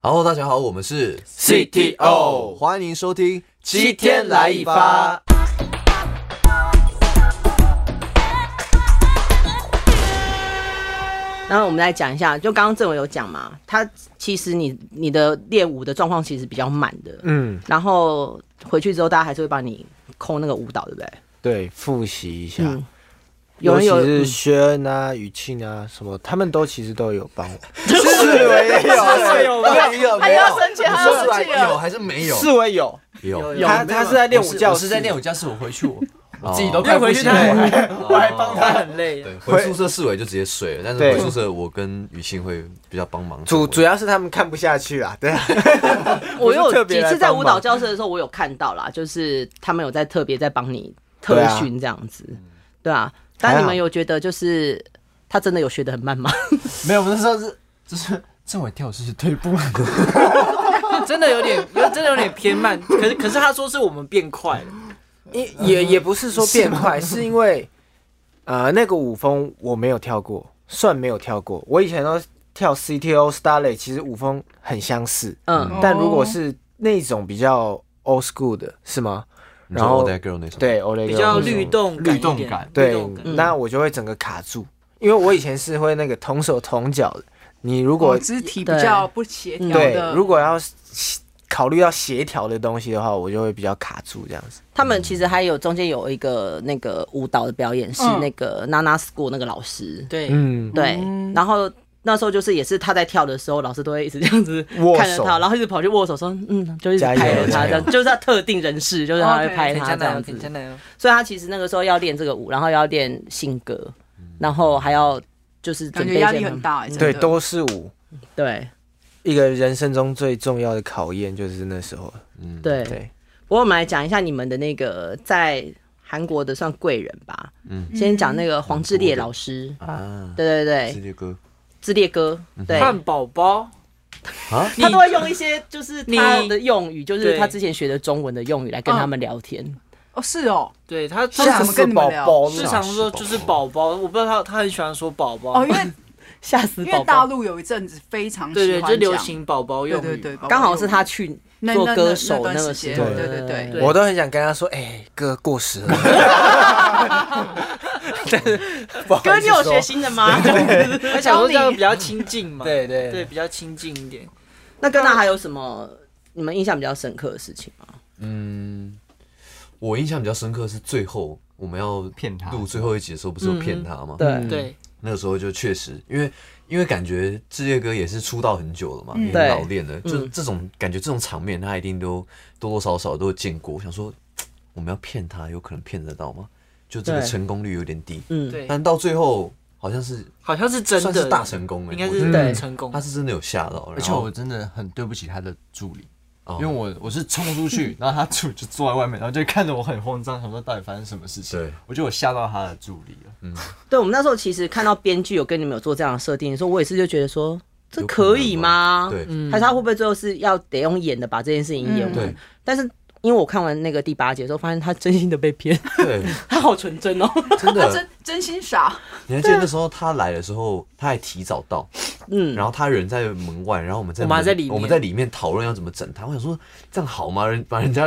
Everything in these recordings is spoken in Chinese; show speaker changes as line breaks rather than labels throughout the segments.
Hello，大家好，我们是
CTO
欢迎收听
七天来一发。
然后我们来讲一下，就刚刚郑伟有讲嘛，他其实你你的练舞的状况其实比较满的，
嗯，
然后回去之后大家还是会帮你控那个舞蹈，对不对？
对，复习一下。
嗯，有人
尤
有
其是
嗯
薛恩啊、雨庆啊什么，他们都其实都有帮我。
四维有，
四维有
没有？
他
没
又
有
要生气
你
他又
说出来
生气了
有还是没有？
四维有，
有
有
他他是在练
我
舞
是
教
我
室，
是在练舞教室，我回去我
哦
我自己都
因为
快
回
不
去
行
他
了。
我还帮他很累。
对，回宿舍四维就直接睡了，但是
对
回宿舍我跟雨欣会比较帮忙。
主主要是他们看不下去啊，对啊，
我
不是
有
特别
几
来
次在舞
帮
蹈
忙
教室的时候，我有看到啦，就是他们有在特别在帮你
对
特
啊
训这样子，对啊。但
还
你
好
们有觉得就是他真的有学得很慢吗？
没有，我那时候是就是政委跳是退步，
嗯
真的有点，有真的有点偏慢。可是可是他说是我们变快了，
也也也不是说变快，是因为呃那个舞风我没有跳过，算没有跳过。我以前都跳 CTO Starlet，其实舞风很相似，
嗯，
但如果是那种比较 old school 的，是吗？
然
然
后
后
That Girl 那首，
对，我
比较律动感一点
律动感
对
律动，感
嗯
那我就会整个卡住，因为我以前是会那个同手同脚的。你如果
肢体
对
比较不协调
对
哦的，，
如果要协考虑到协调的东西的话，我就会比较卡住这样子。
他们其实还有中间有一个那个舞蹈的表演，是
嗯
那个娜娜 school 那个老师，
哎
对，
嗯，
对，然后。那时候就是也是他在跳的时候，老师都会一直这样子
握
看着
手
他，然后一直跑去握手说，嗯，就一直
加油
拍着
加
他
油
这样，就是他特定人士，就是他会
OK，
拍
可以
他
加
这
奶
样
油，
子
可以。加奶油。
所以他其实那个时候要练这个舞，然后要练性格，然后还要就是准
感
备
觉压
一
力
些嗯
很大、欸，真
对，
的
都是舞，
对
一个人生中最重要的考验就是那时候。
嗯，
对。
对，
不过我们来讲一下你们的那个在韩国的算贵人吧，
嗯
嗯，先讲那个黄致列老师，
嗯
啊，
对对
是
对，
这歌
致列哥，对。
汉堡包，
啊，
他都会用一些就是他
你
的用语，就是
对
他之前学的中文的用语来跟他们聊天。
哦是哦，
对他他
吓
吓
怎么
死
跟你
宝
们聊
宝
时
了
常说就是宝宝，我不知道他他很喜欢说宝宝
哦，，因 为
吓死
因
宝
为大
宝！
陆有一阵子非常
对对，
喜欢
就流
讲，
行宝宝
对
用
对
语，
对，宝宝
刚好是他
用
去
那
做
那
歌
那
手
那段
那个
时
时
间
候，
对对对
对
我都很想跟他说：“哎、哥过时了。” 但是不好意思
哥，你有
说
学新的吗？
而且我这样比较亲近嘛，
对对
对，比较亲近一点。
那跟他还有什么你们印象比较深刻的事情吗？
嗯，我印象比较深刻是最后我们要
骗他
录最后一集的时候，不是有骗他吗？
对
对，
那个时候就确实，因为因为感觉志烈哥也是出道很久了嘛，也
对
老练了，就这种感觉，这种场面他一定都多多少少都有见过。我想说，嘖我们要骗他，有可能骗得到吗？就这个
对
成功率有点低。
嗯，
对
但到最后好像是
好像是真
算
的
是大，成功了，
应该
我觉
是
得
对
成功
他。是真的有吓到，
而且我真的很对不起他的助理，因为
我
我我是冲出去，然后他助理就坐在外面，然后就看着我很慌张，想说到底发生什么事情。
对，
我觉得我吓到他的助理了。
对，我们那时候其实看到编剧有跟你们有做这样的设定，说我也是就觉得说这可以吗？
对
嗯还是他会不会最后是要得用演的把这件事情演完？
对
但是因为我看完那个第八集的时候，发现他真心的被骗，
对，
他好纯真哦。
真
他
的
啊真，真心傻，
你还记得那时候他来的时候，他还提早到，
嗯，
然后他人在门外，然后我们在
我们还
门
在里面
我们在里面讨论要怎么整他。我想说这样好吗？人把人家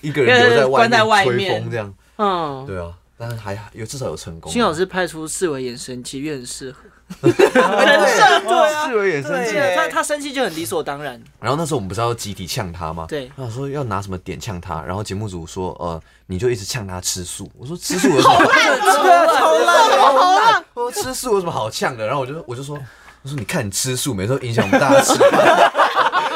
一个
对
人留在外
关在外
吹
面
风这样，
嗯，
对啊，但是还好有至少有成功。啊
幸好是派出四维眼神，其实也很适合。
视为也生气。
对他他生气就很理所当然。
然后那时候我们不是要集体呛他吗？
对
我想说要拿什么点呛他，然后节目组说呃你就一直呛他吃素。我说吃素有什么？
对啊，超烂的。
好烂！我说吃素有什么好呛的？然后我就我就说，我说你看你吃素，每次都影响我们大家吃饭。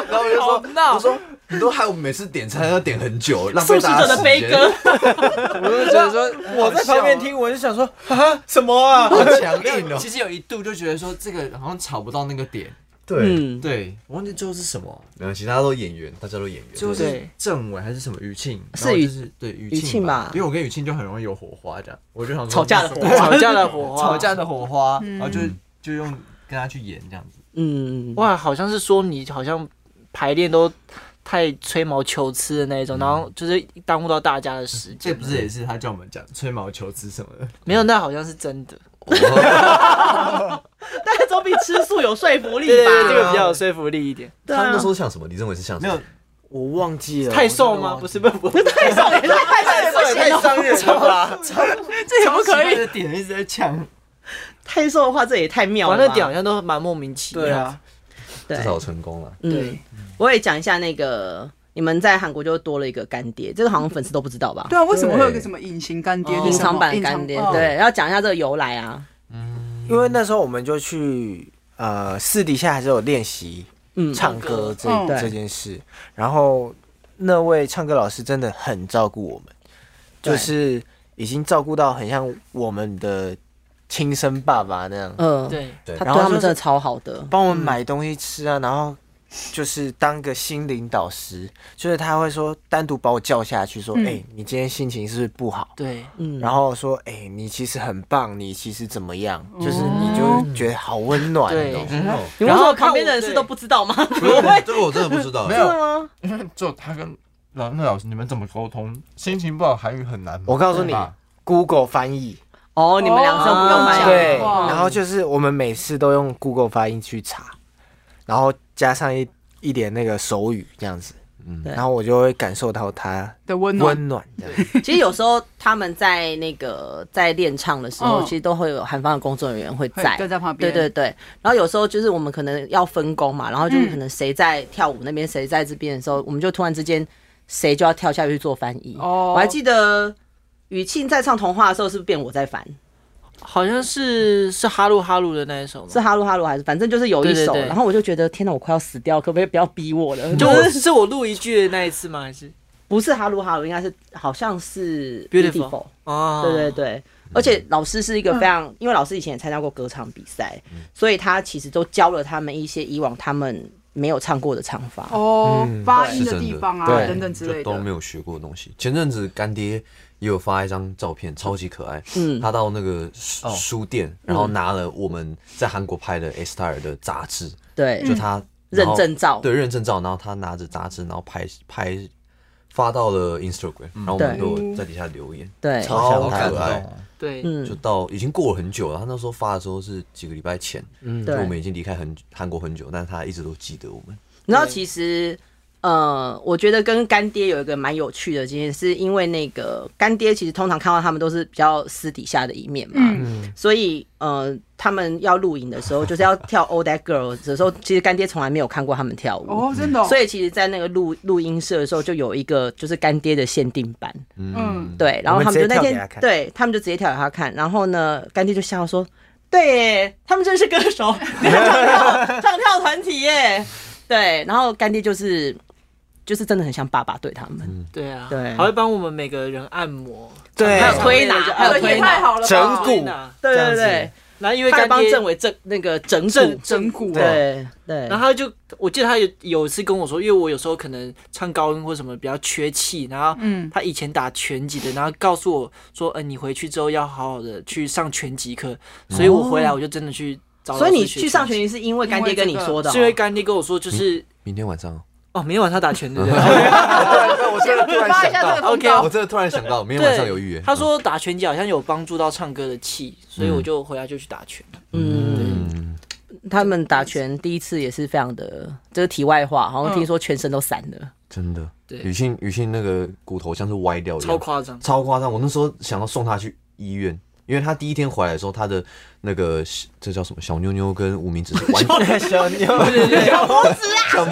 然后我就说，我说 你都害我们每次点餐要点很久，浪费
素食
大
者
家
的
时
悲
间。
歌，
我就觉得说，我在旁边听，我就想说，哈，什么 啊？
好强硬哦！
其实有一度就觉得说这个好像吵不到那个点，
对，
嗯，
对我忘记最后是什么，
然后其他都演员，大家都演员。
就
对
是政委还是什么雨庆，
是
然后
雨
就是对雨
雨庆吧
吧，因为我跟雨庆就很容易有火花，这样我就想说
吵架的火花
吵架的火花，
吵架的火花，然后就就用跟他去演这样子，
嗯，
哇，好像是说你好像排练都太吹毛求疵的那一种，然后就是耽误到大家的时间。
这不是也是他叫我们讲吹毛求疵什么的，
没有，那好像是真的。
但是总比吃素有说服力吧？
对对对，这个比较有说服力一点。
对
他
啊
那时候像什么？你认为是像什
没
么
有？
我忘记了，
太瘦吗？不是，不是，不是，
太少也太少也不
太
行哦，
伤人了吧？
这也不可
奇怪
以。
的点一直在抢，
太瘦的话，这也太妙
玩
了
的
吧。
点好像都蛮莫名其妙。
对，啊，
对
至，少我成功了。
嗯，我也讲一下那个，你们在韩国就多了一个干爹，这个好像粉丝都不知道吧？
对啊，为什么会有一个什么隐形干爹？
对
是
啊隐
什么
藏版干爹，，
隐哦
对，要讲一下这个由来啊。
因为那时候我们就去呃私底下还是有练习
嗯，
唱歌这、
嗯
这件事，然后那位唱歌老师真的很照顾我们，
对
就是已经照顾到很像我们的亲生爸爸那样，
嗯，
对，
他对
然后
他
就
们
是
真的超好的。
帮我们买东西吃啊，然后就是当个心灵导师，就是他会说单独把我叫下去说，哎、
嗯
你今天心情是不是不好？
对，
嗯，
然后说，哎、你其实很棒，你其实怎么样？就是你就觉得好温暖哦
对。
哦，
嗯你为什
然
么
后
旁边的
看我
人是都 不知道吗？
这个我真的不知道。
没有
吗？
因为只有他跟老那老师，你们怎么沟通？心情不好，韩语很难吗。
我告诉你
对吧
Google 翻译，
哦，你们两个都不用买。
啊
对，
哇
然后就是我们每次都用 Google 发音去查，然后加上一一点那个手语这样子，
嗯
对
然后我就会感受到它
的温暖，
温暖这样。
其实有时候他们在那个在练唱的时候，
嗯
其实都会有韩方的工作人员会
会
在
就。在旁
对
边，
对对，然后有时候就是我们可能要分工嘛，然后就是
嗯
可能谁在跳舞那边，谁在这边的时候，我们就突然之间谁就要跳下去做翻译。
哦
我还记得雨庆在唱童话的时候，是不是变我在翻？
好像是是哈鲁哈鲁的那一首
是
吗？
哈喽哈喽还是反正就是有一首，
对对对
然后我就觉得天哪，我快要死掉，可不可以不要逼我了？
就
就
我
是
是我录一句的那一次吗？还是
不是哈喽哈喽，应该是好像是
Beautiful 哦，
对对对，而且老师是一个非常，因为老师以前也参加过歌唱比赛，所以他其实都教了他们一些以往他们没有唱过的唱法。
哦，发音
嗯是真的
地方啊，
对
等等之
就
类
都没
的，
有学过的东西。前阵子干爹也有发一张照片，超级可爱。
嗯
他到那个书
哦
书店，然后拿了我们在韩国拍的 A Star 的杂志，
对，
嗯
就他
嗯认
然后
证照
对认证照，然后他拿着杂志，然后拍拍发到了 Instagram，然后我们
对
都有在底下留言，
对，
超
嗯超
想
可
看
好
爱。
哦
对，
嗯
就，到已经过了很久了，他那时候发的时候是几个礼拜前，
嗯
就
对
我们已经离开很韩国很久，但是他一直都记得我们。
然后
对
其实。呃，我觉得跟干爹有一个蛮有趣的经验，是因为那个干爹其实通常看到他们都是比较私底下的一面嘛，
嗯，
所以呃，他们要录影的时候，就是要跳《All That Girl》的时候，其实干爹从来没有看过他们跳舞，
哦，真的哦，
所以其实，在那个录录音社的时候，就有一个就是干爹的限定版，
嗯，
对，然后
我们
他们就那
直接跳给他
天
看
对他们就直接跳给他看，然后呢，干爹就笑说：“对耶，他们真是歌手， 你们唱跳唱跳团体耶。”对，然后干爹就是就是真的很像爸爸对他
嗯
们，
对啊，
对
还会帮我们每个人按摩，
对，
还有推拿，
对
还有推
也
拿
太，好了吧，
整
推
骨
拿，
对对
这样
对
子，
然后因为
他还
干
帮
爹
政委正那个整
正
骨，
整骨，
对对，
哦然后他就，我记得他有有一次跟我说，因为我有时候可能唱高音或什么比较缺气，然后
嗯
他以前打拳击的，然后告诉我说，嗯、你回去之后要好好的去上拳击课，所以我回来我就真的去找老师
哦所
学
以
拳击。
你去上学习是因为干爹跟你说的哦，
是因为干爹跟我说，就是
明天晚上哦，
哦，明天晚上打拳对不对？
我真的突然
发
想
一下这
到，
个通
OK，
我
道，
真的突然想到，明天晚上有预约。嗯
对，他说打拳击好像有帮助到唱歌的气，所以我就回来就去打拳。
嗯，
嗯，
他们打拳第一次也是非常的，这是题外话，
嗯
好像听说全身都散了，
真的，
对
雨欣雨欣那个骨头像是歪掉一
超
样，
夸张，
超夸张。我那时候想要送他去医院，因为他第一天回来的时候，他的那个这叫什么小妞妞跟无名指是完
小妞，
小拇指、小
二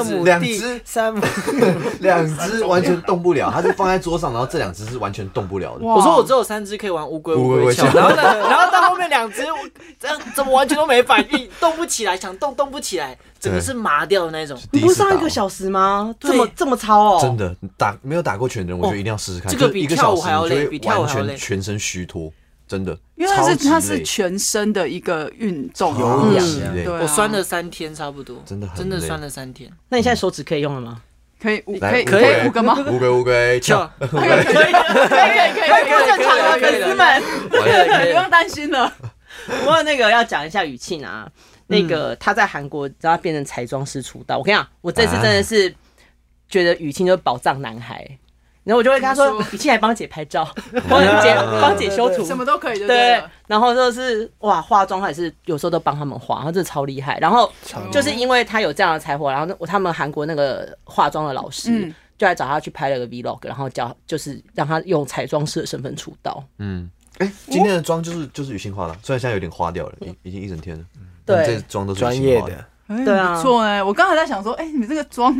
拇指
亩
两
地
只
三亩，
两只完全动不了，他是放在桌上，然后这两只是完全动不了的。
哇
我说我只有三只可以玩乌龟
乌龟
龟
龟
壳，
壳
然后呢，然后到后面两只，我这样怎么完全都没反应， 动不起来，想动动不起来，整个是麻掉的那种。
第
你
一
不
次
是上
打
一个
哦
小时吗？
对
这么这么超哦，
真的打没有打过拳的人，我觉得一定要试试看。
哦这个
就是
比
一个
跳
小
舞
时
还要
你就
累
会
比跳舞
完
还要
全
累
全身虚脱，真的，
因为它
超
是
级
它是
累
全身的一个运动，
有氧
超级累
对啊，
我酸了三天差不多，
真的很
真的
累
酸了三天，
那你现在手指可以用了吗？
可以五
来
可以
乌
可以
龟
五个吗？
乌龟乌 龟跳，
可以
可以可以可以可以，
可以
正常的
可以
粉丝们，
完
不用担心了。
不过那个要讲一下雨庆啊，那个他在韩国，然后变成彩妆师出道。我跟你讲，我这次真的是觉得雨庆就是宝藏男孩。然后我就会跟他
怎
说
么说：“
你进来帮姐拍照，帮姐帮姐修图，
什么都可以，对不
对
对？，
然后就是哇，化妆还是有时候都帮他们化，他真的超厉害。然后就是因为他有这样的才华，然后那他们韩国那个化妆的老师、
嗯
就来找他去拍了个 vlog，然后教就是让他用彩妆师的身份出道。
嗯，哎，今天的妆就是就是雨欣化的，虽然现在有点花掉了，
嗯
已已经一整天了。
对
但这妆都是
专
雨欣
业
化
的，
哎
对啊
不错哎，我刚才在想说，哎，你这个妆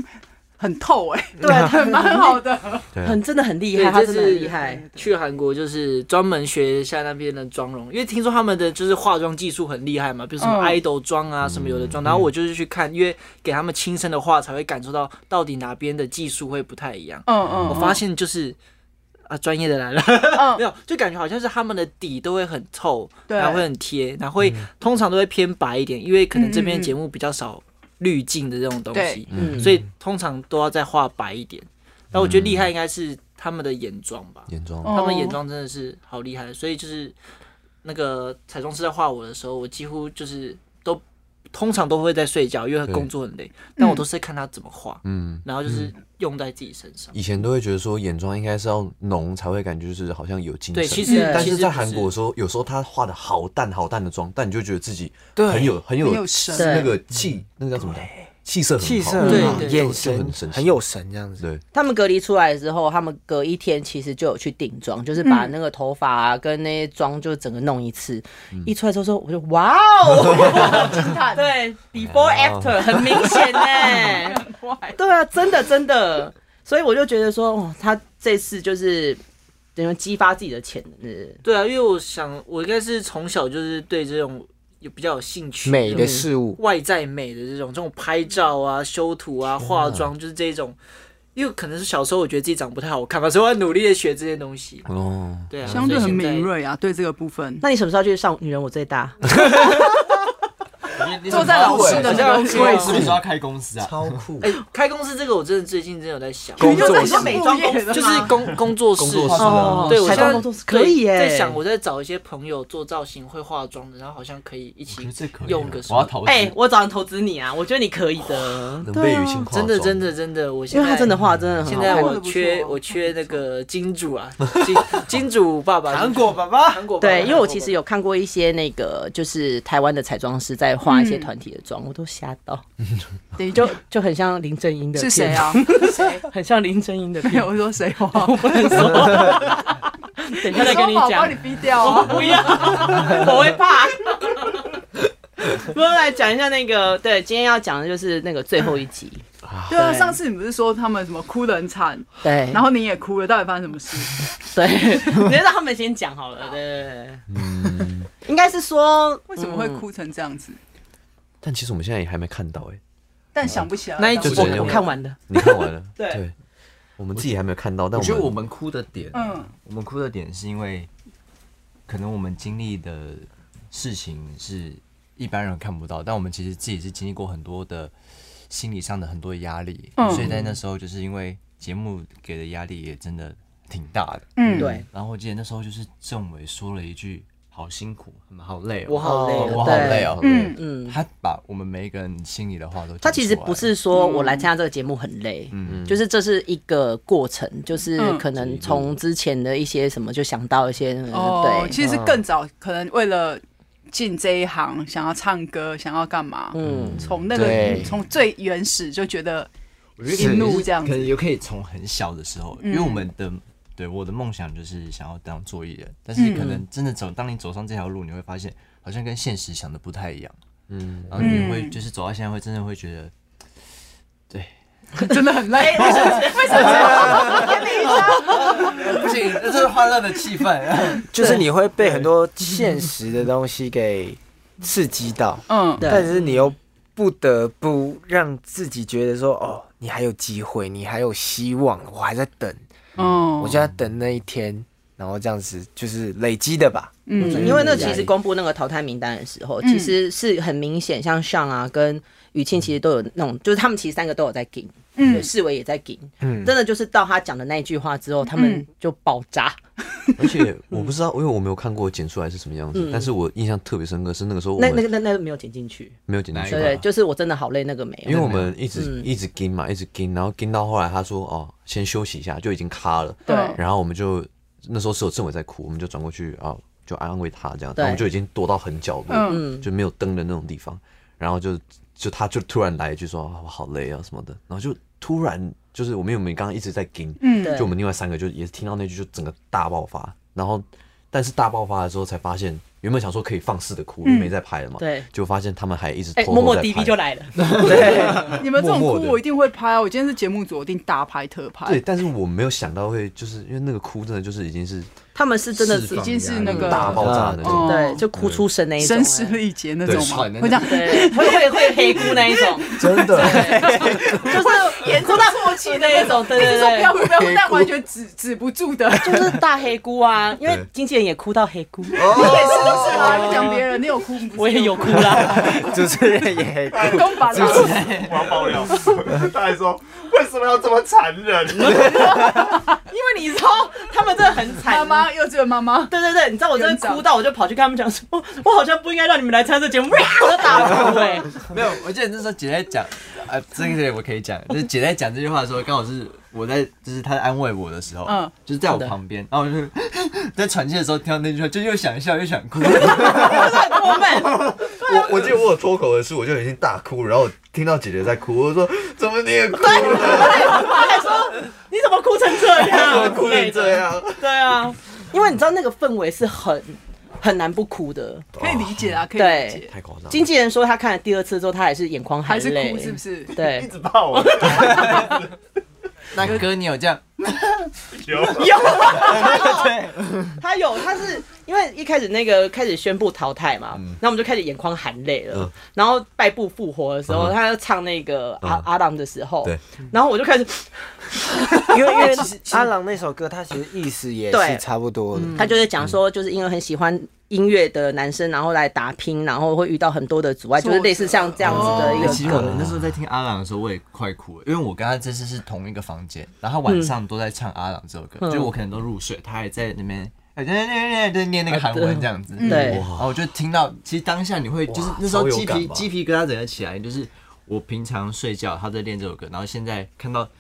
很透哎，
对，他
蛮好的。
对啊
很真的很厉害，
对，
他
这
真的很
次
厉害。
去韩国就是专门学一下那边的妆容，因为听说他们的就是化妆技术很厉害嘛，比如什么
嗯
idol 妆啊，什么有的妆。然后我就是去看，因为给他们亲身的画，才会感受到到底哪边的技术会不太一样。
嗯嗯，
我发现就是啊，专业的来了，
哦
没有，就感觉好像是他们的底都会很透，
对
然后会很贴，然后会通常都会偏白一点，因为可能这
嗯嗯
边
嗯
节目比较少滤镜的这种东西
对，
嗯，
所以通常都要再画白一点。但我觉得厉害应该是他们的眼妆吧，
眼妆，
哦
他们眼妆真的是好厉害，所以就是那个彩妆师在画我的时候，我几乎就是都通常都会在睡觉，因为
对
工作很累，
嗯
但我都是在看他怎么画，
嗯，
然后就是用在自己身上。
以前都会觉得说眼妆应该是要浓才会感觉就是好像有精神。
对，其实
对
但
其
是
实
在
不
韩国的时候，有时候他化的好淡好淡的妆，但你就觉得自己
对
很有很有
很有神
是那个气，那个叫什么？气色很好，
气色
对
很好，
对
眼
就
神
很神奇
很有神这样子。
对，
他们隔离出来之后，他们隔一天其实就有去定妆，就是把
嗯
那个头发、啊跟那些妆就整个弄一次。
嗯
一出来之后说，我就哇 哦，惊叹！对，before after 很明显呢、 对啊，真的真的，所以我就觉得说，哦，他这次就是等于激发自己的潜能。
对啊，因为我想我应该是从小就是对这种有比较有兴趣
美
这
的
种
事物，
外在美的这种，这种拍照啊、修图啊、化妆，就是这种。因为可能是小时候我觉得自己长不太好看吧，所以我要努力的学这些东西。
哦，
对啊，
相对
所
很
以现在
敏。锐啊，对这个部分。
那你什么时候去上《女人我最大》
坐在老师的那个位
是不
置，
是要开公司啊？
超酷
哎、开公司这个我真的最近真的有在想，
工作
你
室
就在美妆公司，
就是工工作室，
工作室
哦
啊，
对我
彩
现
妆
在
工作室可以耶、
在想我在找一些朋友做造型、会化妆的，然后好像可以一
我觉
起
得这可以啊，
用个什
我要
么。
投资。
哎、我找人投资你啊，我觉得你可以的，
能
对
被
啊
雨欣化
真的
妆
真，的真的，我现
因
在
为他真的画真的很
现
好
在
看。
我缺我缺那个金主啊，金金主爸爸，
韩国爸爸，
韩国爸爸
对，因为我其实有看过一些那个，就是台湾的彩妆师在画一些
嗯
团体的妆，我都吓到，
等 于
就
就
就很像林正英的，
是谁？啊？谁？
很像林正英的
没
片，
有我说谁话？
不能说， 等一下再跟你
说好
讲
帮你。逼掉
我
啊！
不要，我会怕。 我们来讲一下那个，对，今天要讲的就是那个最后一集，
对啊，
对
上次你不是说他们什么哭得很惨，
对，
然后你也哭了，到底发生什么事？
对， 你就让他们先讲好 了，对对对对，应该是说嗯
为什么会哭成这样子？
但其实我们现在也还没看到 哎，
但想不起来
那一集
就只能
我看完了，
你看完了？
对
对，我们自己还没有看到，但
我觉得我
我
们哭的点，
嗯
我们哭的点是因为，可能我们经历的事情是一般人看不到，但我们其实自己是经历过很多的心理上的很多压力，
嗯
所以在那时候就是因为节目给的压力也真的挺大的。
嗯，
对，
然后我记得那时候就是政委说了一句“好辛苦，好累、哦，
我好累
我
哦，
好累哦”，
嗯
嗯，
他把我们每一个人心里的话都讲
他其实
出来
不欸是说我来参加这个节目很累，
嗯
就是这是一个过程，就是
嗯
可能从之前的一些什么就想到一些，呃
哦，
对，
其实更早可能为了进这一行，想要唱歌，想要干嘛？
嗯，
从那个
对
从最原始就觉得
我觉得
一
可能
路
是
这样子
可能也可以从很小的时候，
嗯
因为我们的对我的梦想就是想要当做艺人，但是可能真的走，当你走上这条路，你会发现好像跟现实想的不太一样，
嗯，
然后你
嗯
会就是走到现在会真的会觉得，对，
真的很累。
不行，这是欢乐的气氛，
就是你会被很多现实的东西给刺激到，
嗯，
对
但是你又不得不让自己觉得说，哦，你还有机会，你还有希望，我还在等，
嗯，
我就在等那一天，然后这样子就是累积的吧。
嗯
因为那其实公布那个淘汰名单的时候，
嗯
其实是很明显，像尚啊跟雨庆其实都有那种，就是他们其实三个都有在顶，
嗯
对世伟也在顶，
嗯
真的就是到他讲的那一句话之后，他们
嗯
就爆炸，
而且我不知道，因为我没有看过剪出来是什么样子，但是我印象特别深刻是那个时候我
那那个
们
那那个没有剪进去，
没有剪进去
对
嘛，
对，嗯就是我真的好累，那个没
因为
有。
我们一直一直跟嘛，一直跟，然后跟到后来他说哦，先休息一下，就已经卡了，
对
然后我们就那时候是有政委在哭，我们就转过去啊，就安慰他这样，
对
然后我们就已经躲到很角落，
嗯
就没有灯的那种地方，然后就就他就突然来一句说啊我好累啊什么的，然后就突然就是我们因为我们刚刚一直在跟，
嗯
对
就我们另外三个就也是听到那句就整个大爆发，然后但是大爆发的时候才发现，原本想说可以放肆的哭，因为没在拍了嘛，
嗯对
就发现他们还一直
哎，
偷
默
偷
默
在
DV
拍。
就来了，
你们这种
默默
哭
地
我一定会拍啊！我今天是节目组，我一定大拍特拍。
对，但是我没有想到会，就是因为那个哭真的就是已经是
他们是真的
释
是嗯
放
已经是
压力
那个
大爆炸的那种，
哦
对，就哭出声那一种，
声嘶
哎
力竭那种
对
嘛，会这样
对，会会会黑哭那一种，
真的。
就是眼哭到过气那一种，对对
说不要
对。
哭不要哭，但完全止止不住的。
就是大黑姑啊，因为
对
经纪人也哭到黑姑，
哦
是啊，不讲别人，你有哭不是？
我也有哭啦。
主持人也黑
哎
东把拉
我要爆料，他还说为什么要这么残忍？
因为你知道他们真的很
妈
惨吗？
妈，幼稚园妈妈，
对对对，你知道我真的哭到，我就跑去跟他们讲说， 我好像不应该让你们来参加这节目，我就大哭哎。
没有，我记得那时候姐在讲，啊，这个我可以 讲，就是姐在讲这句话的时候，刚好是我在，就是她在安慰我的时候，
哦
嗯
嗯，就是在我旁边，然后我就 在喘气的时候听到那句话，就又想笑又想哭，我
我们
我我记得我有脱口而出，我就已经大哭，然后我听到姐姐在哭，我说怎么你也哭了？
他还说你怎么哭成这
怎么
样？
哭成这样？
对啊，因为你知道那个氛围是很很难不哭的。
可以理解啊，可以理
对
解，
太夸张了！
经纪人说他看了第二次之后，他还是眼眶
还
含
是
泪，
哭是不？是？
一
对，
直怕 我，
那哥你有这样，
有
有 他有他有，他是因为一开始那个开始宣布淘汰嘛，然后我们就开始眼眶含泪了。
嗯
然后败部复活的时候，
嗯
他要唱那个阿、
嗯
阿郎的时候
对，
然后我就 开始，
因为因 为阿郎那首歌，它其实意思也
对嗯
是差不多的。
他就是讲说，就是因为很喜欢。音乐的男生，然后来打拼，然后会遇到很多的阻碍，就是类似像这样子的一
哦
那
个
其实我那时候在听阿郎的时候，我也快哭了，因为我跟他这次是同一个房间，然后他晚上都在唱阿郎这首歌，
嗯
就我可能都入睡，他还在那边。哎对对对对，就念那个韩文这样子，
对
然后我就听到，其实当下你会就是
哇
那时候
超有
鸡
感
皮
吧
鸡皮疙瘩整个起来，就是我平常睡觉他在练这首歌，然后现在看到就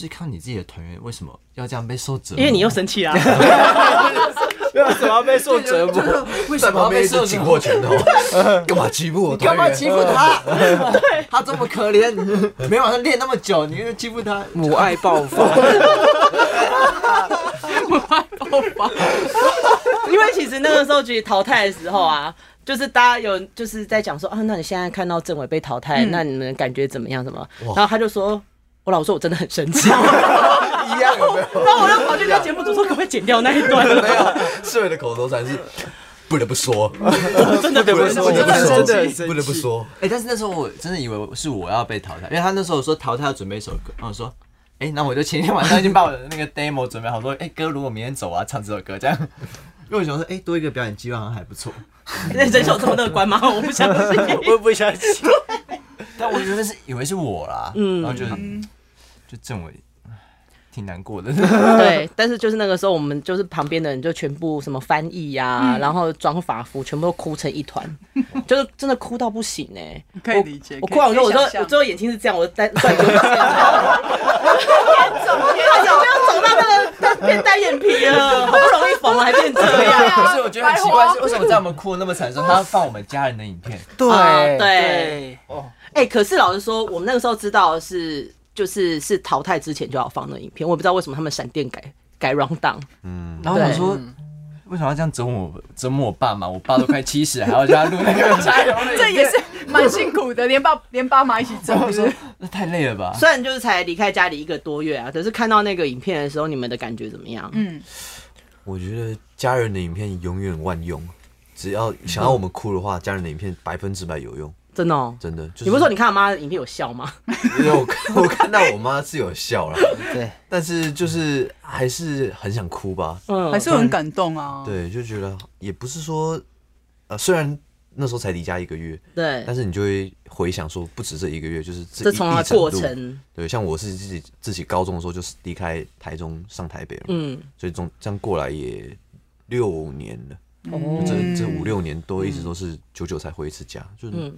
是看到你自己的团员为什么要这样被受折磨，
因为你又生气啊啦，
为什么要被受折磨？
为什
在
么要
旁边
被
一
受
直
折
紧
磨
握？拳头，哦干嘛欺负我？
干嘛欺负他？他这么可怜，每晚上练那么久，你又欺负他，
母爱爆发，
因为其实那个时候其实淘汰的时候啊，就是大家有就是在讲说啊，那你现在看到政委被淘汰，那你们感觉怎么样？什么？然后他就说。我老实说，我真的很生气。
一样有没有？
然后我就跑去跟节目组说，可不可以剪掉那一段？
没有，社会的口头禅是不得不说，
真的对
不
不
得
起，
不
我真的很
说，
生气
不得不说。
哎、但是那时候我真的以为是我要被淘汰，因为他那时候说淘汰要准备一首歌，然后我说，哎、那我就前一天晚上已经把我的那个 demo 准备好，说，哎、哥，如果明天走啊，唱这首歌这样。 因为我想说，哎、多一个表演机会好像还不错。
人手这么乐观吗？我不相信。
我也不相信。
但我原本是以为是我啦，
嗯
然后就就政委挺难过的。
对，但是就是那个时候，我们就是旁边的人就全部什么翻译呀、然后装法服，全部都哭成一团， 就是真的哭到不行哎、
可以理解
我哭完之后，我说我最后眼睛是这样，我单单眼皮，我就肿到那个单变单眼皮了，好不容易缝了还变这样。
不啊
啊
是，我觉得很奇怪，是为什么在我们哭的那么惨的时候，他要放我们家人的影片？
对
啊对，哎、可是老实说，我们那个时候知道的是就是是淘汰之前就要放那影片，我也不知道为什么他们闪电改改 round down。
然后我想说，为什么要这样折磨我折磨我爸嘛？我爸都快七十，还 要叫他录那个加油的影片
这也是蛮辛苦的，连爸 连爸妈一起走，是不是
那太累了吧？
虽然就是才离开家里一个多月啊，可是看到那个影片的时候，你们的感觉怎么样？
嗯，
我觉得家人的影片永远万用，只要想要我们哭的话，家人的影片百分之百有用，
真的、哦。
真的。就是、
你不是说你看我妈的影片有笑吗？
因为我看我看到我妈是有笑了，
对，
但是就是还是很想哭吧。
嗯，
还是很感动啊。
对，就觉得也不是说，呃，虽然那时候才离家一个月，
对
但，是你就会回想说，不止这一个月，就是这
这
一
从她
一整
过
路
程，
对，像我是自己自己高中的时候就是离开台中上台北了嘛，
嗯，
所以中这样过来也六年了，
哦嗯
这这五六年都一直都是久久才回一次家，就是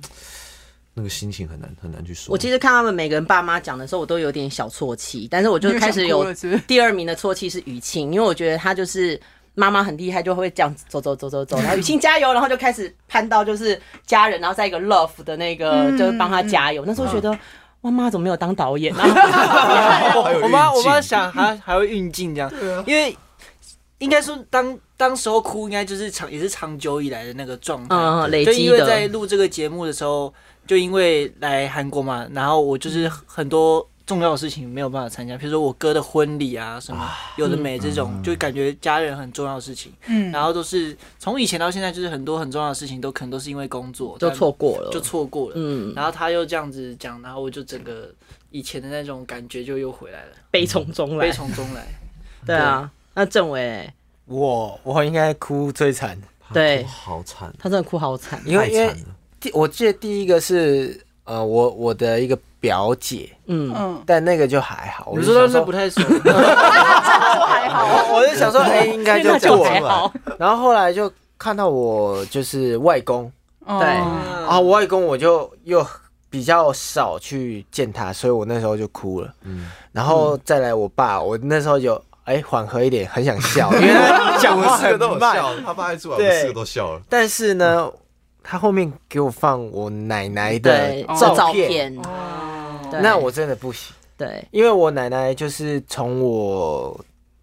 那个心情很难很难去说。
我其实看他们每个人爸妈讲的时候，我都有点小啜泣，但是我就开始
你有想哭
有
了是不是
第二名的啜泣是雨庆，因为我觉得她就是妈妈很厉害，就会这样子走走走走走，然后雨庆加油，然后就开始攀到就是家人，然后在一个 love 的那个就是帮她加油。那时候觉得哇妈怎么没有当导演啊？
还有
我妈，
运
我妈
镜
想还还会运镜这样，因为应该说当当时候哭，应该就是长也是长久以来的那个状态。
嗯，累
就因
积
为在
的。
录这个节目的时候，就因为来韩国嘛，然后我就是
嗯
很多重要的事情没有办法参加，比如说我哥的婚礼啊什么，有的没这
嗯
种，就感觉家人很重要的事情，
嗯，
然后都是从以前到现在，就是很多很重要的事情都可能都是因为工作
就
但
错过了，
就错过了。
嗯，
然后他又这样子讲，然后我就整个以前的那种感觉就又回来了，
悲从中来
悲。从中来。
对啊，那政委，
我我应该哭最惨，
对
好惨，
他真的哭好惨。
因为
太
因为
惨了。
第我记得第一个是呃我我的一个表姐，
嗯，
嗯，
但那个就还好。 我
你
就
说他
想
是
说
不太熟，
我我就想说，哎，应该就
那就
过
还
了。
好。
然后后来就看到我就是外公
哦
嗯
啊，我外公我就又比较少去见他，所以我那时候就哭了。嗯，然后再来我爸，我那时候有哎缓和一点，很想笑，因为他讲话
四个
很
都有
慢。
笑，他爸一出来，我
对
们四个都笑了。
但是呢，他后面给我放我奶奶的
对，
照
照
片，
片，
哦，
对
那我真的不行，
对，
因为我奶奶就是从我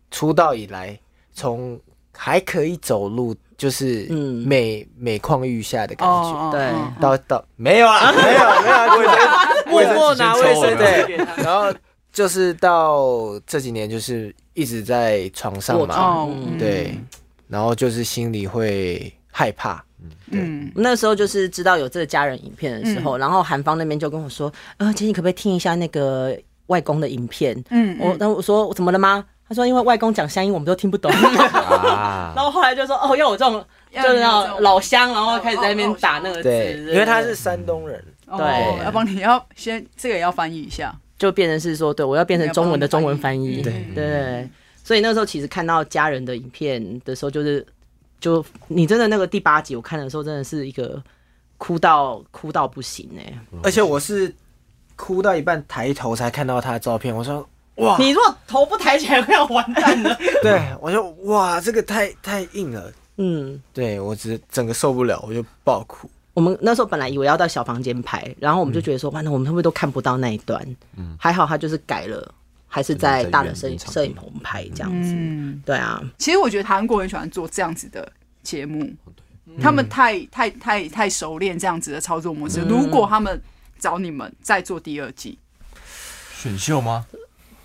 出道以来，从还可以走路，就是
嗯
每每况愈下的感觉，
哦，
对
哦
到到没有啊，没有没有啊，就是
默默拿卫生纸给他。
然后就是到这几年就是一直在床上
卧
嘛，
床
哦，
嗯
嗯
对，，然后就是心里会害怕，
嗯，
那时候就是知道有这个家人影片的时
嗯
候，然后韩方那边就跟我说：“呃，姐，你可不可以听一下那个外公的影片？”
嗯
我，那我说怎么了吗？他说因为外公讲乡音，我们都听 不懂。
啊
然后后来就说：“哦，要我这种
要
就是
你
那
这
种
种
老乡，然后开始在那边
哦哦
打那个字，
对，
嗯对
因为他是山东人，
哦
对
要帮你要先这个也要翻译一下，
就变成是说，对我要变成中文的中文翻译，
对
对。所以那时候其实看到家人的影片的时候，就是就你真的那个第八集，我看的时候真的是一个哭到哭到不行哎、
而且我是哭到一半抬头才看到他的照片，我说哇，
你如果头不抬起来，快要完 蛋了。
对我就哇，这个太太硬了，
嗯，
对我只整个受不了，我就爆哭。
我们那时候本来以为要到小房间拍，然后我们就觉得说，完了，我们会不会都看不到那一段？还好他就是改了，还是嗯在大的摄影
在原原
摄影棚拍这样子。
嗯，
对啊，
其实我觉得韩国很喜欢做这样子的节目，
嗯
他们太太太太熟练这样子的操作模式。
嗯
如果他们找你们再做第二季，
选秀吗？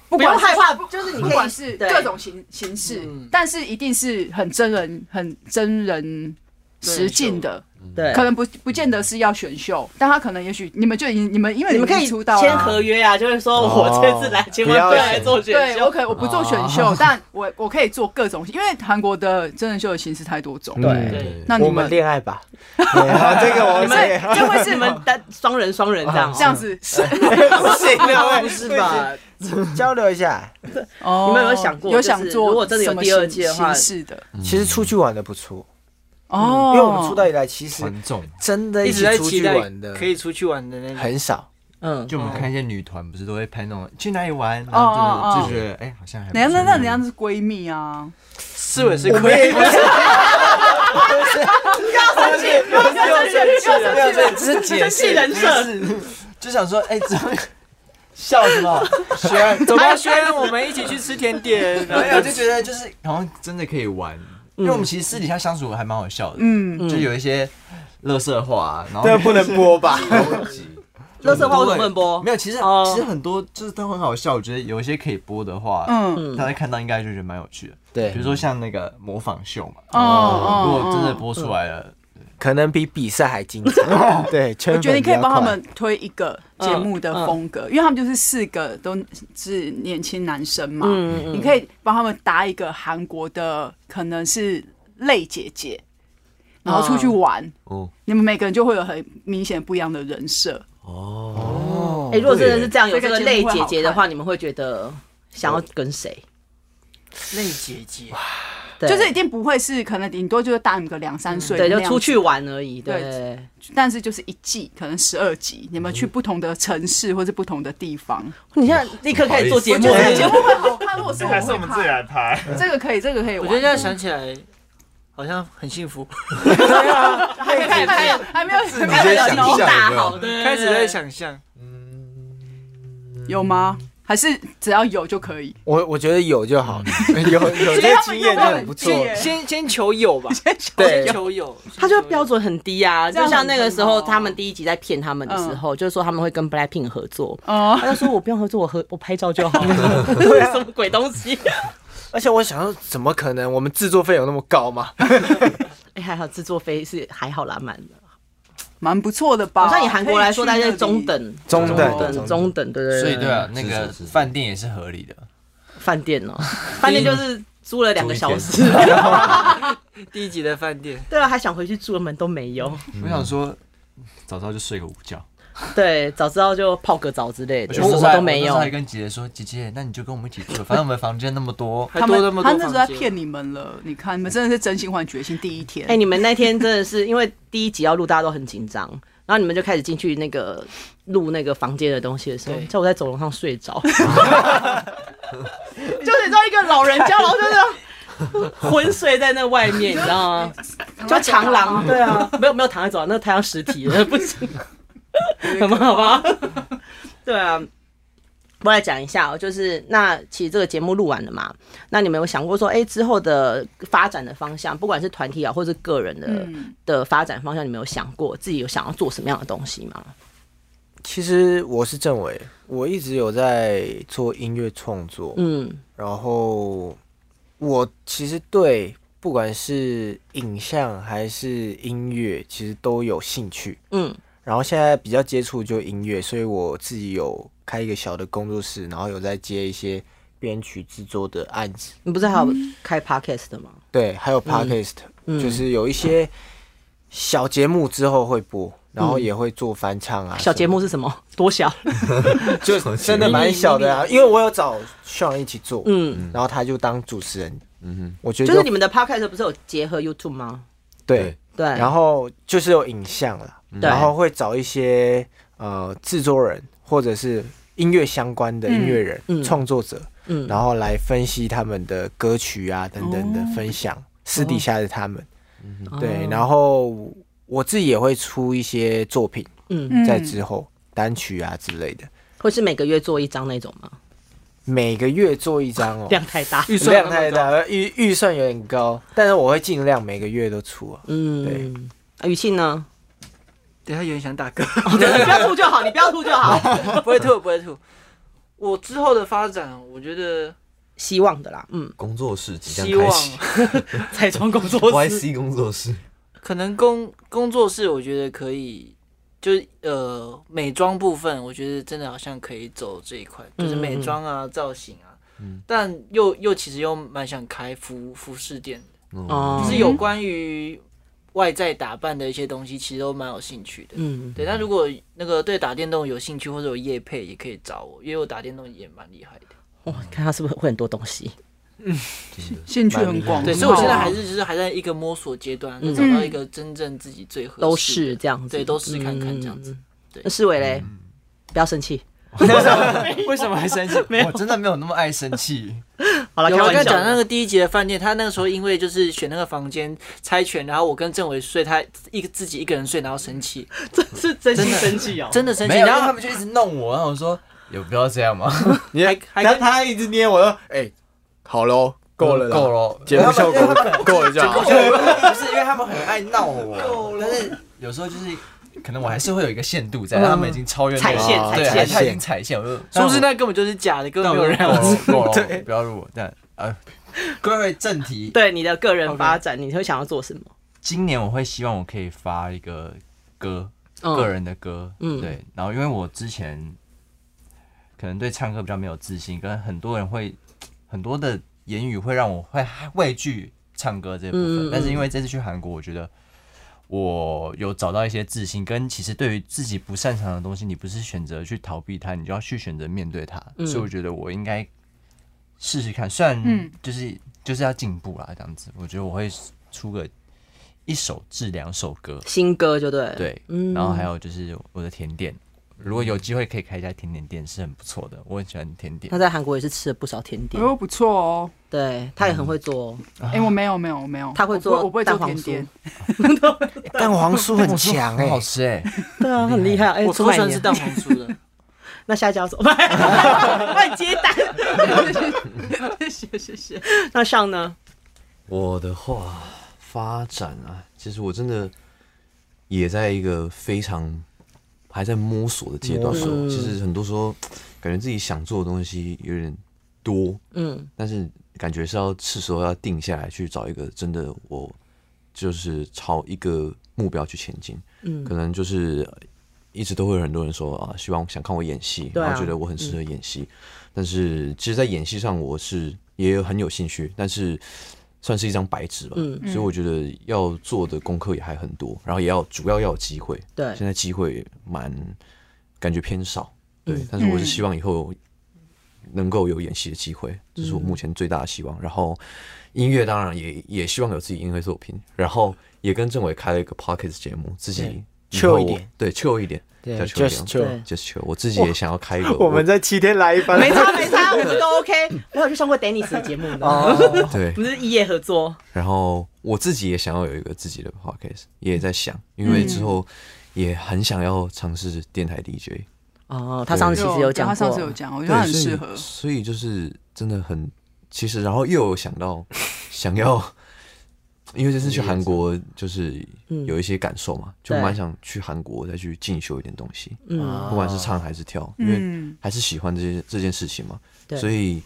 不
不用
管是
害怕，就是你
不
可
管
以
是
对
各种形形式，
嗯
但是一定是很真人、很真人实境的，
对，
可能不不见得是要选秀，但他可能也许你们就已经你们因为
你们可
已
以
经出道
签
了。
合约啊，就是说我这次来千万
哦
不要来做选
对，我
秀。
可我不做选秀，但我我可以做各种，因为韩国的真人秀的形式太多种。
对
对，
那
嗯我
你
们
们
恋爱吧，对啊，这个我
你
们
们 就会是你 们单双人双人这样哦，
这样子，
不行 啊，
不是吧？
交流一下。
哦
你们有没有想过
有
就是
想做？
如果真的有第二季的话嗯
是的。
其实出去玩的不错，
哦，
因为我们出道以来，其实
团综，
真 的
一
一
直
起
在
出
期
去
待
玩的
可以出去玩的那种。
很少。
嗯，
就我们看一些女团，不是都会拍那种去哪里玩，然
哦
后就
哦哦
就觉得哎，好像还不错
那那那人家是闺蜜啊，
思维是
嗯 我们
亏，
也不是，不要生气， 不要生气，只是解
气
释。
人设，
就想说哎，怎么笑什么？
学安，走
我
吧
们，轩，我们一起去吃甜 点，然
没
后
有，就觉得就是好像真的可以玩，
嗯
因为我们其实私底下相处还蛮好笑的，
嗯，
就有一些乐色话，啊然后
这不能播吧？
乐色话我怎么不能播
没？有，其实
哦
其实很多就是都很好笑，我觉得有一些可以播的话，
嗯
嗯，大家看到应该就觉得蛮有趣的。
对
比如说像那个模仿秀嘛，
哦
如果真的
哦，
播出来了，
可能比比赛还精 彩。对，
我
我
觉得你可以帮他们推一个节目
嗯
的风格，因为他们就是四个都是年轻男生嘛，
嗯
你可以帮他们搭一个韩国的，可能是类姐姐，然后出
嗯
去玩，
哦
你们每个人就会有很明显不一样的人设。
哦，
哦
哎，如果真的是这样有这
对
个类姐姐的话，你们会觉得想要跟谁？
类姐姐，
对嗯
就是一定不会是可能顶多就是大你个两三岁，
对，就出，去玩而已，
对
对。
但是就是一季可能十二集，你们去不同的城市或是不同的地方，
你现在立刻开始做节目
我觉，得节目会好看，如果是我
还是我
会
们自己
看，
来拍。
这个可以，这个可以玩，
我觉得现在想起来，好像很幸福，
对啊，
还没有还没有还没有还没有
直接想
已经
象
大
有没有
好的，
开始在想象。
有吗？还是只要有就可以？
我我觉觉得有就好，嗯 有有这经验就很不错。
先
先先求有吧，
对
先，求有，
他就标准很嗯低啊，
这样
就像那个时候
很坑哦
他们第一集在骗他们的时候，就是说他们会跟 Blackpink 合 作，
哦，
他就说我不用合作，我合我拍照就好了，这 是什么鬼东西？
而且我想说，怎么可能？我们制作费有那么高吗？
哎，还好制作费是还好啦，满的，
蛮不错的吧？
好像以韩国来说，大概是中
可以去
等、
中等
哦
等、中等，对对对。
所以对啊，那
是
个
是是
饭店也是合理的。
饭店哦，饭店就是租了两个小时，
第一集的饭店，。
对啊，还想回去住的门都没有。
我想说，早知道就睡个午觉。
对，早知道就泡个澡之类
我
的，什么都没
那时
有
候。还跟姐姐说，姐姐，那你就跟我们一起住，反正我们房间那 么多
还
他
多
们
那么
他
多
那时候在
房间。
骗你们了，你看你们真的是真心换决心第一天
哎、。你们那天真的是因为第一集要录，大家都很紧张，然后你们就开始进去那个录那个房间的东西的时候，叫我在走廊上睡着， 就是你知道一个老人家，然后就是昏睡在那外面，你知道吗？就长廊， 对啊，没有没有躺在走廊，那个太像实体了，不行， 很好吧？对啊。我来讲一下哦，就是那其实这个节目录完了嘛，那你们有想过说，哎、之后的发展的方向，不管是团体啊，或是个人的、
嗯
的发展方向，你们有想过自己有想要做什么样的东西吗？
其实我是政委，我一直有在做音乐创作，
嗯
然后我其实对不管是影像还是音乐，其实都有兴趣。
嗯，
然后现在比较接触就音乐，所以我自己有开一个小的工作室，然后有在接一些编曲制作的案子，
你不是还有开 podcast 的吗？
对，还有
嗯
podcast，、就是有一些小节目之后会播，然后也会做翻唱啊什么的。
嗯小节目是什么？ 多小？
就真的蛮小的啊，因为我有找 Sean 一起做，
嗯，
然后他就当主持人，嗯哼，我觉得
就是你们的 podcast 不是有结合 YouTube 吗？
对，嗯
对，
然后就是有影像了，
对
然后会找一些呃制作人或者是音乐相关的音乐
嗯
人、创作者，
嗯
然后来分析他们的歌曲啊等等的分享，私底下的他们，
哦
对，然后我自己也会出一些作品
嗯，
嗯
在之后单曲啊之类的，
或是每个月做一张那种吗？
每个月做一张哦，
量太大。
预
量太大，预预算有点高，但是我会尽量每个月都出啊。对
嗯，啊，雨庆呢？
等一下有点想打嗝，
哦对你不要吐就好，你不要吐就好。
不会吐不会吐。我之后的发展，我觉得
希望的啦，嗯，
工作室即
希
将开
望
启
彩妆工作室。
，YC 工作室，
可能工工作室，我觉得可以，就是呃美妆部分，我觉得真的好像可以走这一块，
嗯
就是美妆啊、造型啊，但又又其实又蛮想开服服饰店的，
嗯
哦
就是有关于外在打扮的一些东西，其实都蛮有兴趣的。
嗯，
对，但如果那个对打电动有兴趣或者有业配，也可以找我，因为我打电动也蛮厉害的。
哇，哦看他是不是会很多东西？
兴趣很广，
对，
很
所以我现在
好啊
还是就是还在一个摸索阶段，
嗯
找到一个真正自己最合适的
都是这样子，嗯
对，都试看看这样子。对
那世伟嘞，不要生气。
为什么还生气？我真的没有那么爱生气。
好了，
有
开
我刚
玩
刚
笑
讲那
的。
个第一集的饭店，他那个时候因为就是选那个房间猜拳，然后我跟政委睡，他一个自己一个人睡，然后生气，
这是真心生气哦，
真的生气，
没有，然
然
后他
后
们就一直弄我，然后我说有必要这样吗？
你还
还
他他一直捏我说，哎，好喽，够了啦，
够了，
节目效果够了就好。
不是因为他们很爱闹 我，但是有时候就是。可能我还是会有一个限度在，他们已经超越那
嗯踩
个
线
对，
踩
还
线
他已经踩线，我就
殊不知那根本就是假的，根本
但
没
我
有人
人
要
够 了，够
对
了，不要录我。但呃，归回正题，
对你的个人发展，你会想要做什么？
今年我会希望我可以发一个歌，
嗯
个人的歌，
嗯
对。然后因为我之前可能对唱歌比较没有自信，跟很多人会很多的言语会让我会畏惧唱歌这部分。
嗯嗯
但是因为这次去韩国，我觉得我有找到一些自信，跟其实对于自己不擅长的东西，你不是选择去逃避它，你
嗯
就要去选择面对它。所以我觉得我应该试试看，虽然
嗯
就是就是要进步啦，这样子。我觉得我会出个一首至两首歌，
新歌就对，
对，然后还有就是我的甜点，如果有机会可以开一家甜点店是很不错的，我很喜欢甜点
他。在韩国也是吃了不少甜点，
哦，不错哦。
对他也很会做哦，
哎，我没有，没有，我没有。
他会
我不
做
我不会
蛋
做
黄
甜
酥
点，
蛋黄酥很强哎、
很好吃哎、
对啊，很厉害。哎，
我
出
超
卖
喜欢
你
吃
了
蛋黄酥的，
那下一家 要怎么办？乱接单。
谢谢谢。
那上呢？
我的话，发展啊，其实我真的也在一个非常还在摸索的阶段
摸索
嗯
嘛。其实很多时候，感觉自己想做的东西有点多，
嗯，
但是感觉是要是时候要定下来去找一个真的我就是朝一个目标去前进。
嗯
可能就是呃一直都会有很多人说啊，希望想看我演戏，
对啊
然后觉得我很适合演戏。但是其实，在演戏上我是也有很有兴趣，但是算是一张白纸吧。
嗯
所以我觉得要做的功课也还很多，然后也要主要要有机会。
对
现在机会蛮感觉偏少，对，
嗯
但是我是希望以后能够有演戏的机会，这
嗯
是我目前最大的希望。然后音乐当然也也希望有自己音乐作品，然后也跟郑伟开了一个 podcast 节目，自己
对
以后
chill 一点，
对，chill 一点，
对
叫 chill 一
，just
点
chill。
，just chill。我自己也想要开一个，
我们在七天来一 番，
没差没差，我们都 OK。我有去上过 Dennis 的节目呢，
我对
我，们是一夜合作。
然后我自己也想要有一个自己的 podcast，也在想，因
嗯
为之后也很想要尝试电台 DJ。
哦，他上次其实
有
有讲
他
过，
上次有讲，我
对，
觉得他很
所以
适合。
所以就是真的很，其实然后又有想到想要，因为这次去韩国就是
嗯
有一些感受嘛，就
对
蛮想去韩国再去进修一点东西，
嗯，
不管是唱还是跳，因为
嗯，
还是喜欢这件这件事情嘛。
对
所以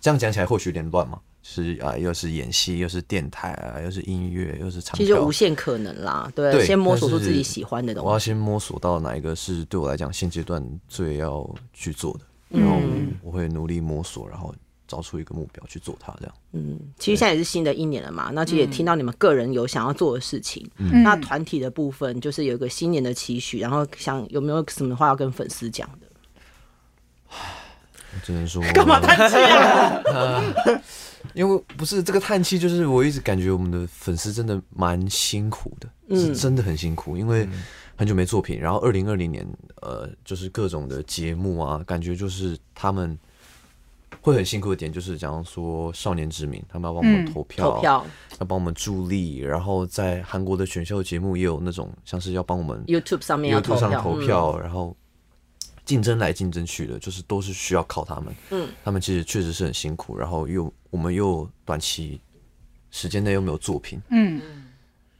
这样讲起来或许有点乱嘛，就是啊，又是演戏，又是电台啊，又是音乐，又是唱
其实就
跳啊
无。限可能啦。对，
对
先摸索出
但是
自己喜欢的
我要
东西。
先摸索到哪一个是对我来讲现阶段最要去做的，然后我会努力摸索，然后找出一个目标去做它。这样，
其实现在也是新的一年了嘛，那其实
嗯
也听到你们个人有想要做的事情，
嗯
那团体的部分就是有一个新年的期许，然后想有没有什么话要跟粉丝讲的？
我只能说 干嘛叹气 啊？因为不是这个叹气，就是我一直感觉我们的粉丝真的蛮辛苦的，是真的很辛苦，因为很久没作品，然后二零二零年，呃，就是各种的节目啊，感觉就是他们。会很辛苦的点就是，假如说少年之名，他们要帮我们
嗯
投票，啊
投票、
要帮我们助力，然后在韩国的选秀节目也有那种像是要帮我们
YouTube 上面要投
YouTube 上
票，
投
嗯
票，然后竞争来竞争去的，就是都是需要靠他们。
嗯，
他们其实确实是很辛苦，然后又我们又短期时间内又没有作品，
嗯，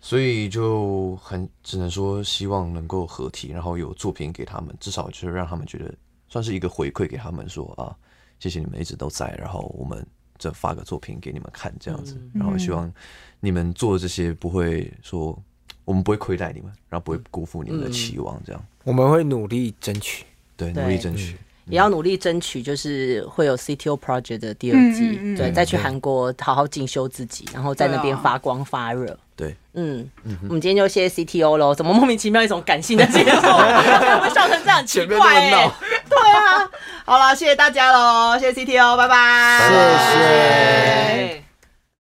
所以就很只能说希望能够合体，然后有作品给他们，至少就是让他们觉得算是一个回馈给他们说啊，谢谢你们一直都在，然后我们这发个作品给你们看这样子，然后希望你们做这些不会说我们不会亏待你们，然后不会辜负你们的期望，这样、
我们会努力争取。
对，
对
努力争取。
也要努力争取，就是会有 CTO Project 的第二季，
嗯嗯嗯啊
对，
嗯
再去韩国好好进修自己，然后在那边发光发热。
对，
嗯，我们今天就谢谢 CTO 喽。怎么莫名其妙一种感性的节 奏，我们笑成这样很奇怪、欸？对啊，好了，谢谢大家喽，谢谢 CTO，拜拜，
拜拜
哎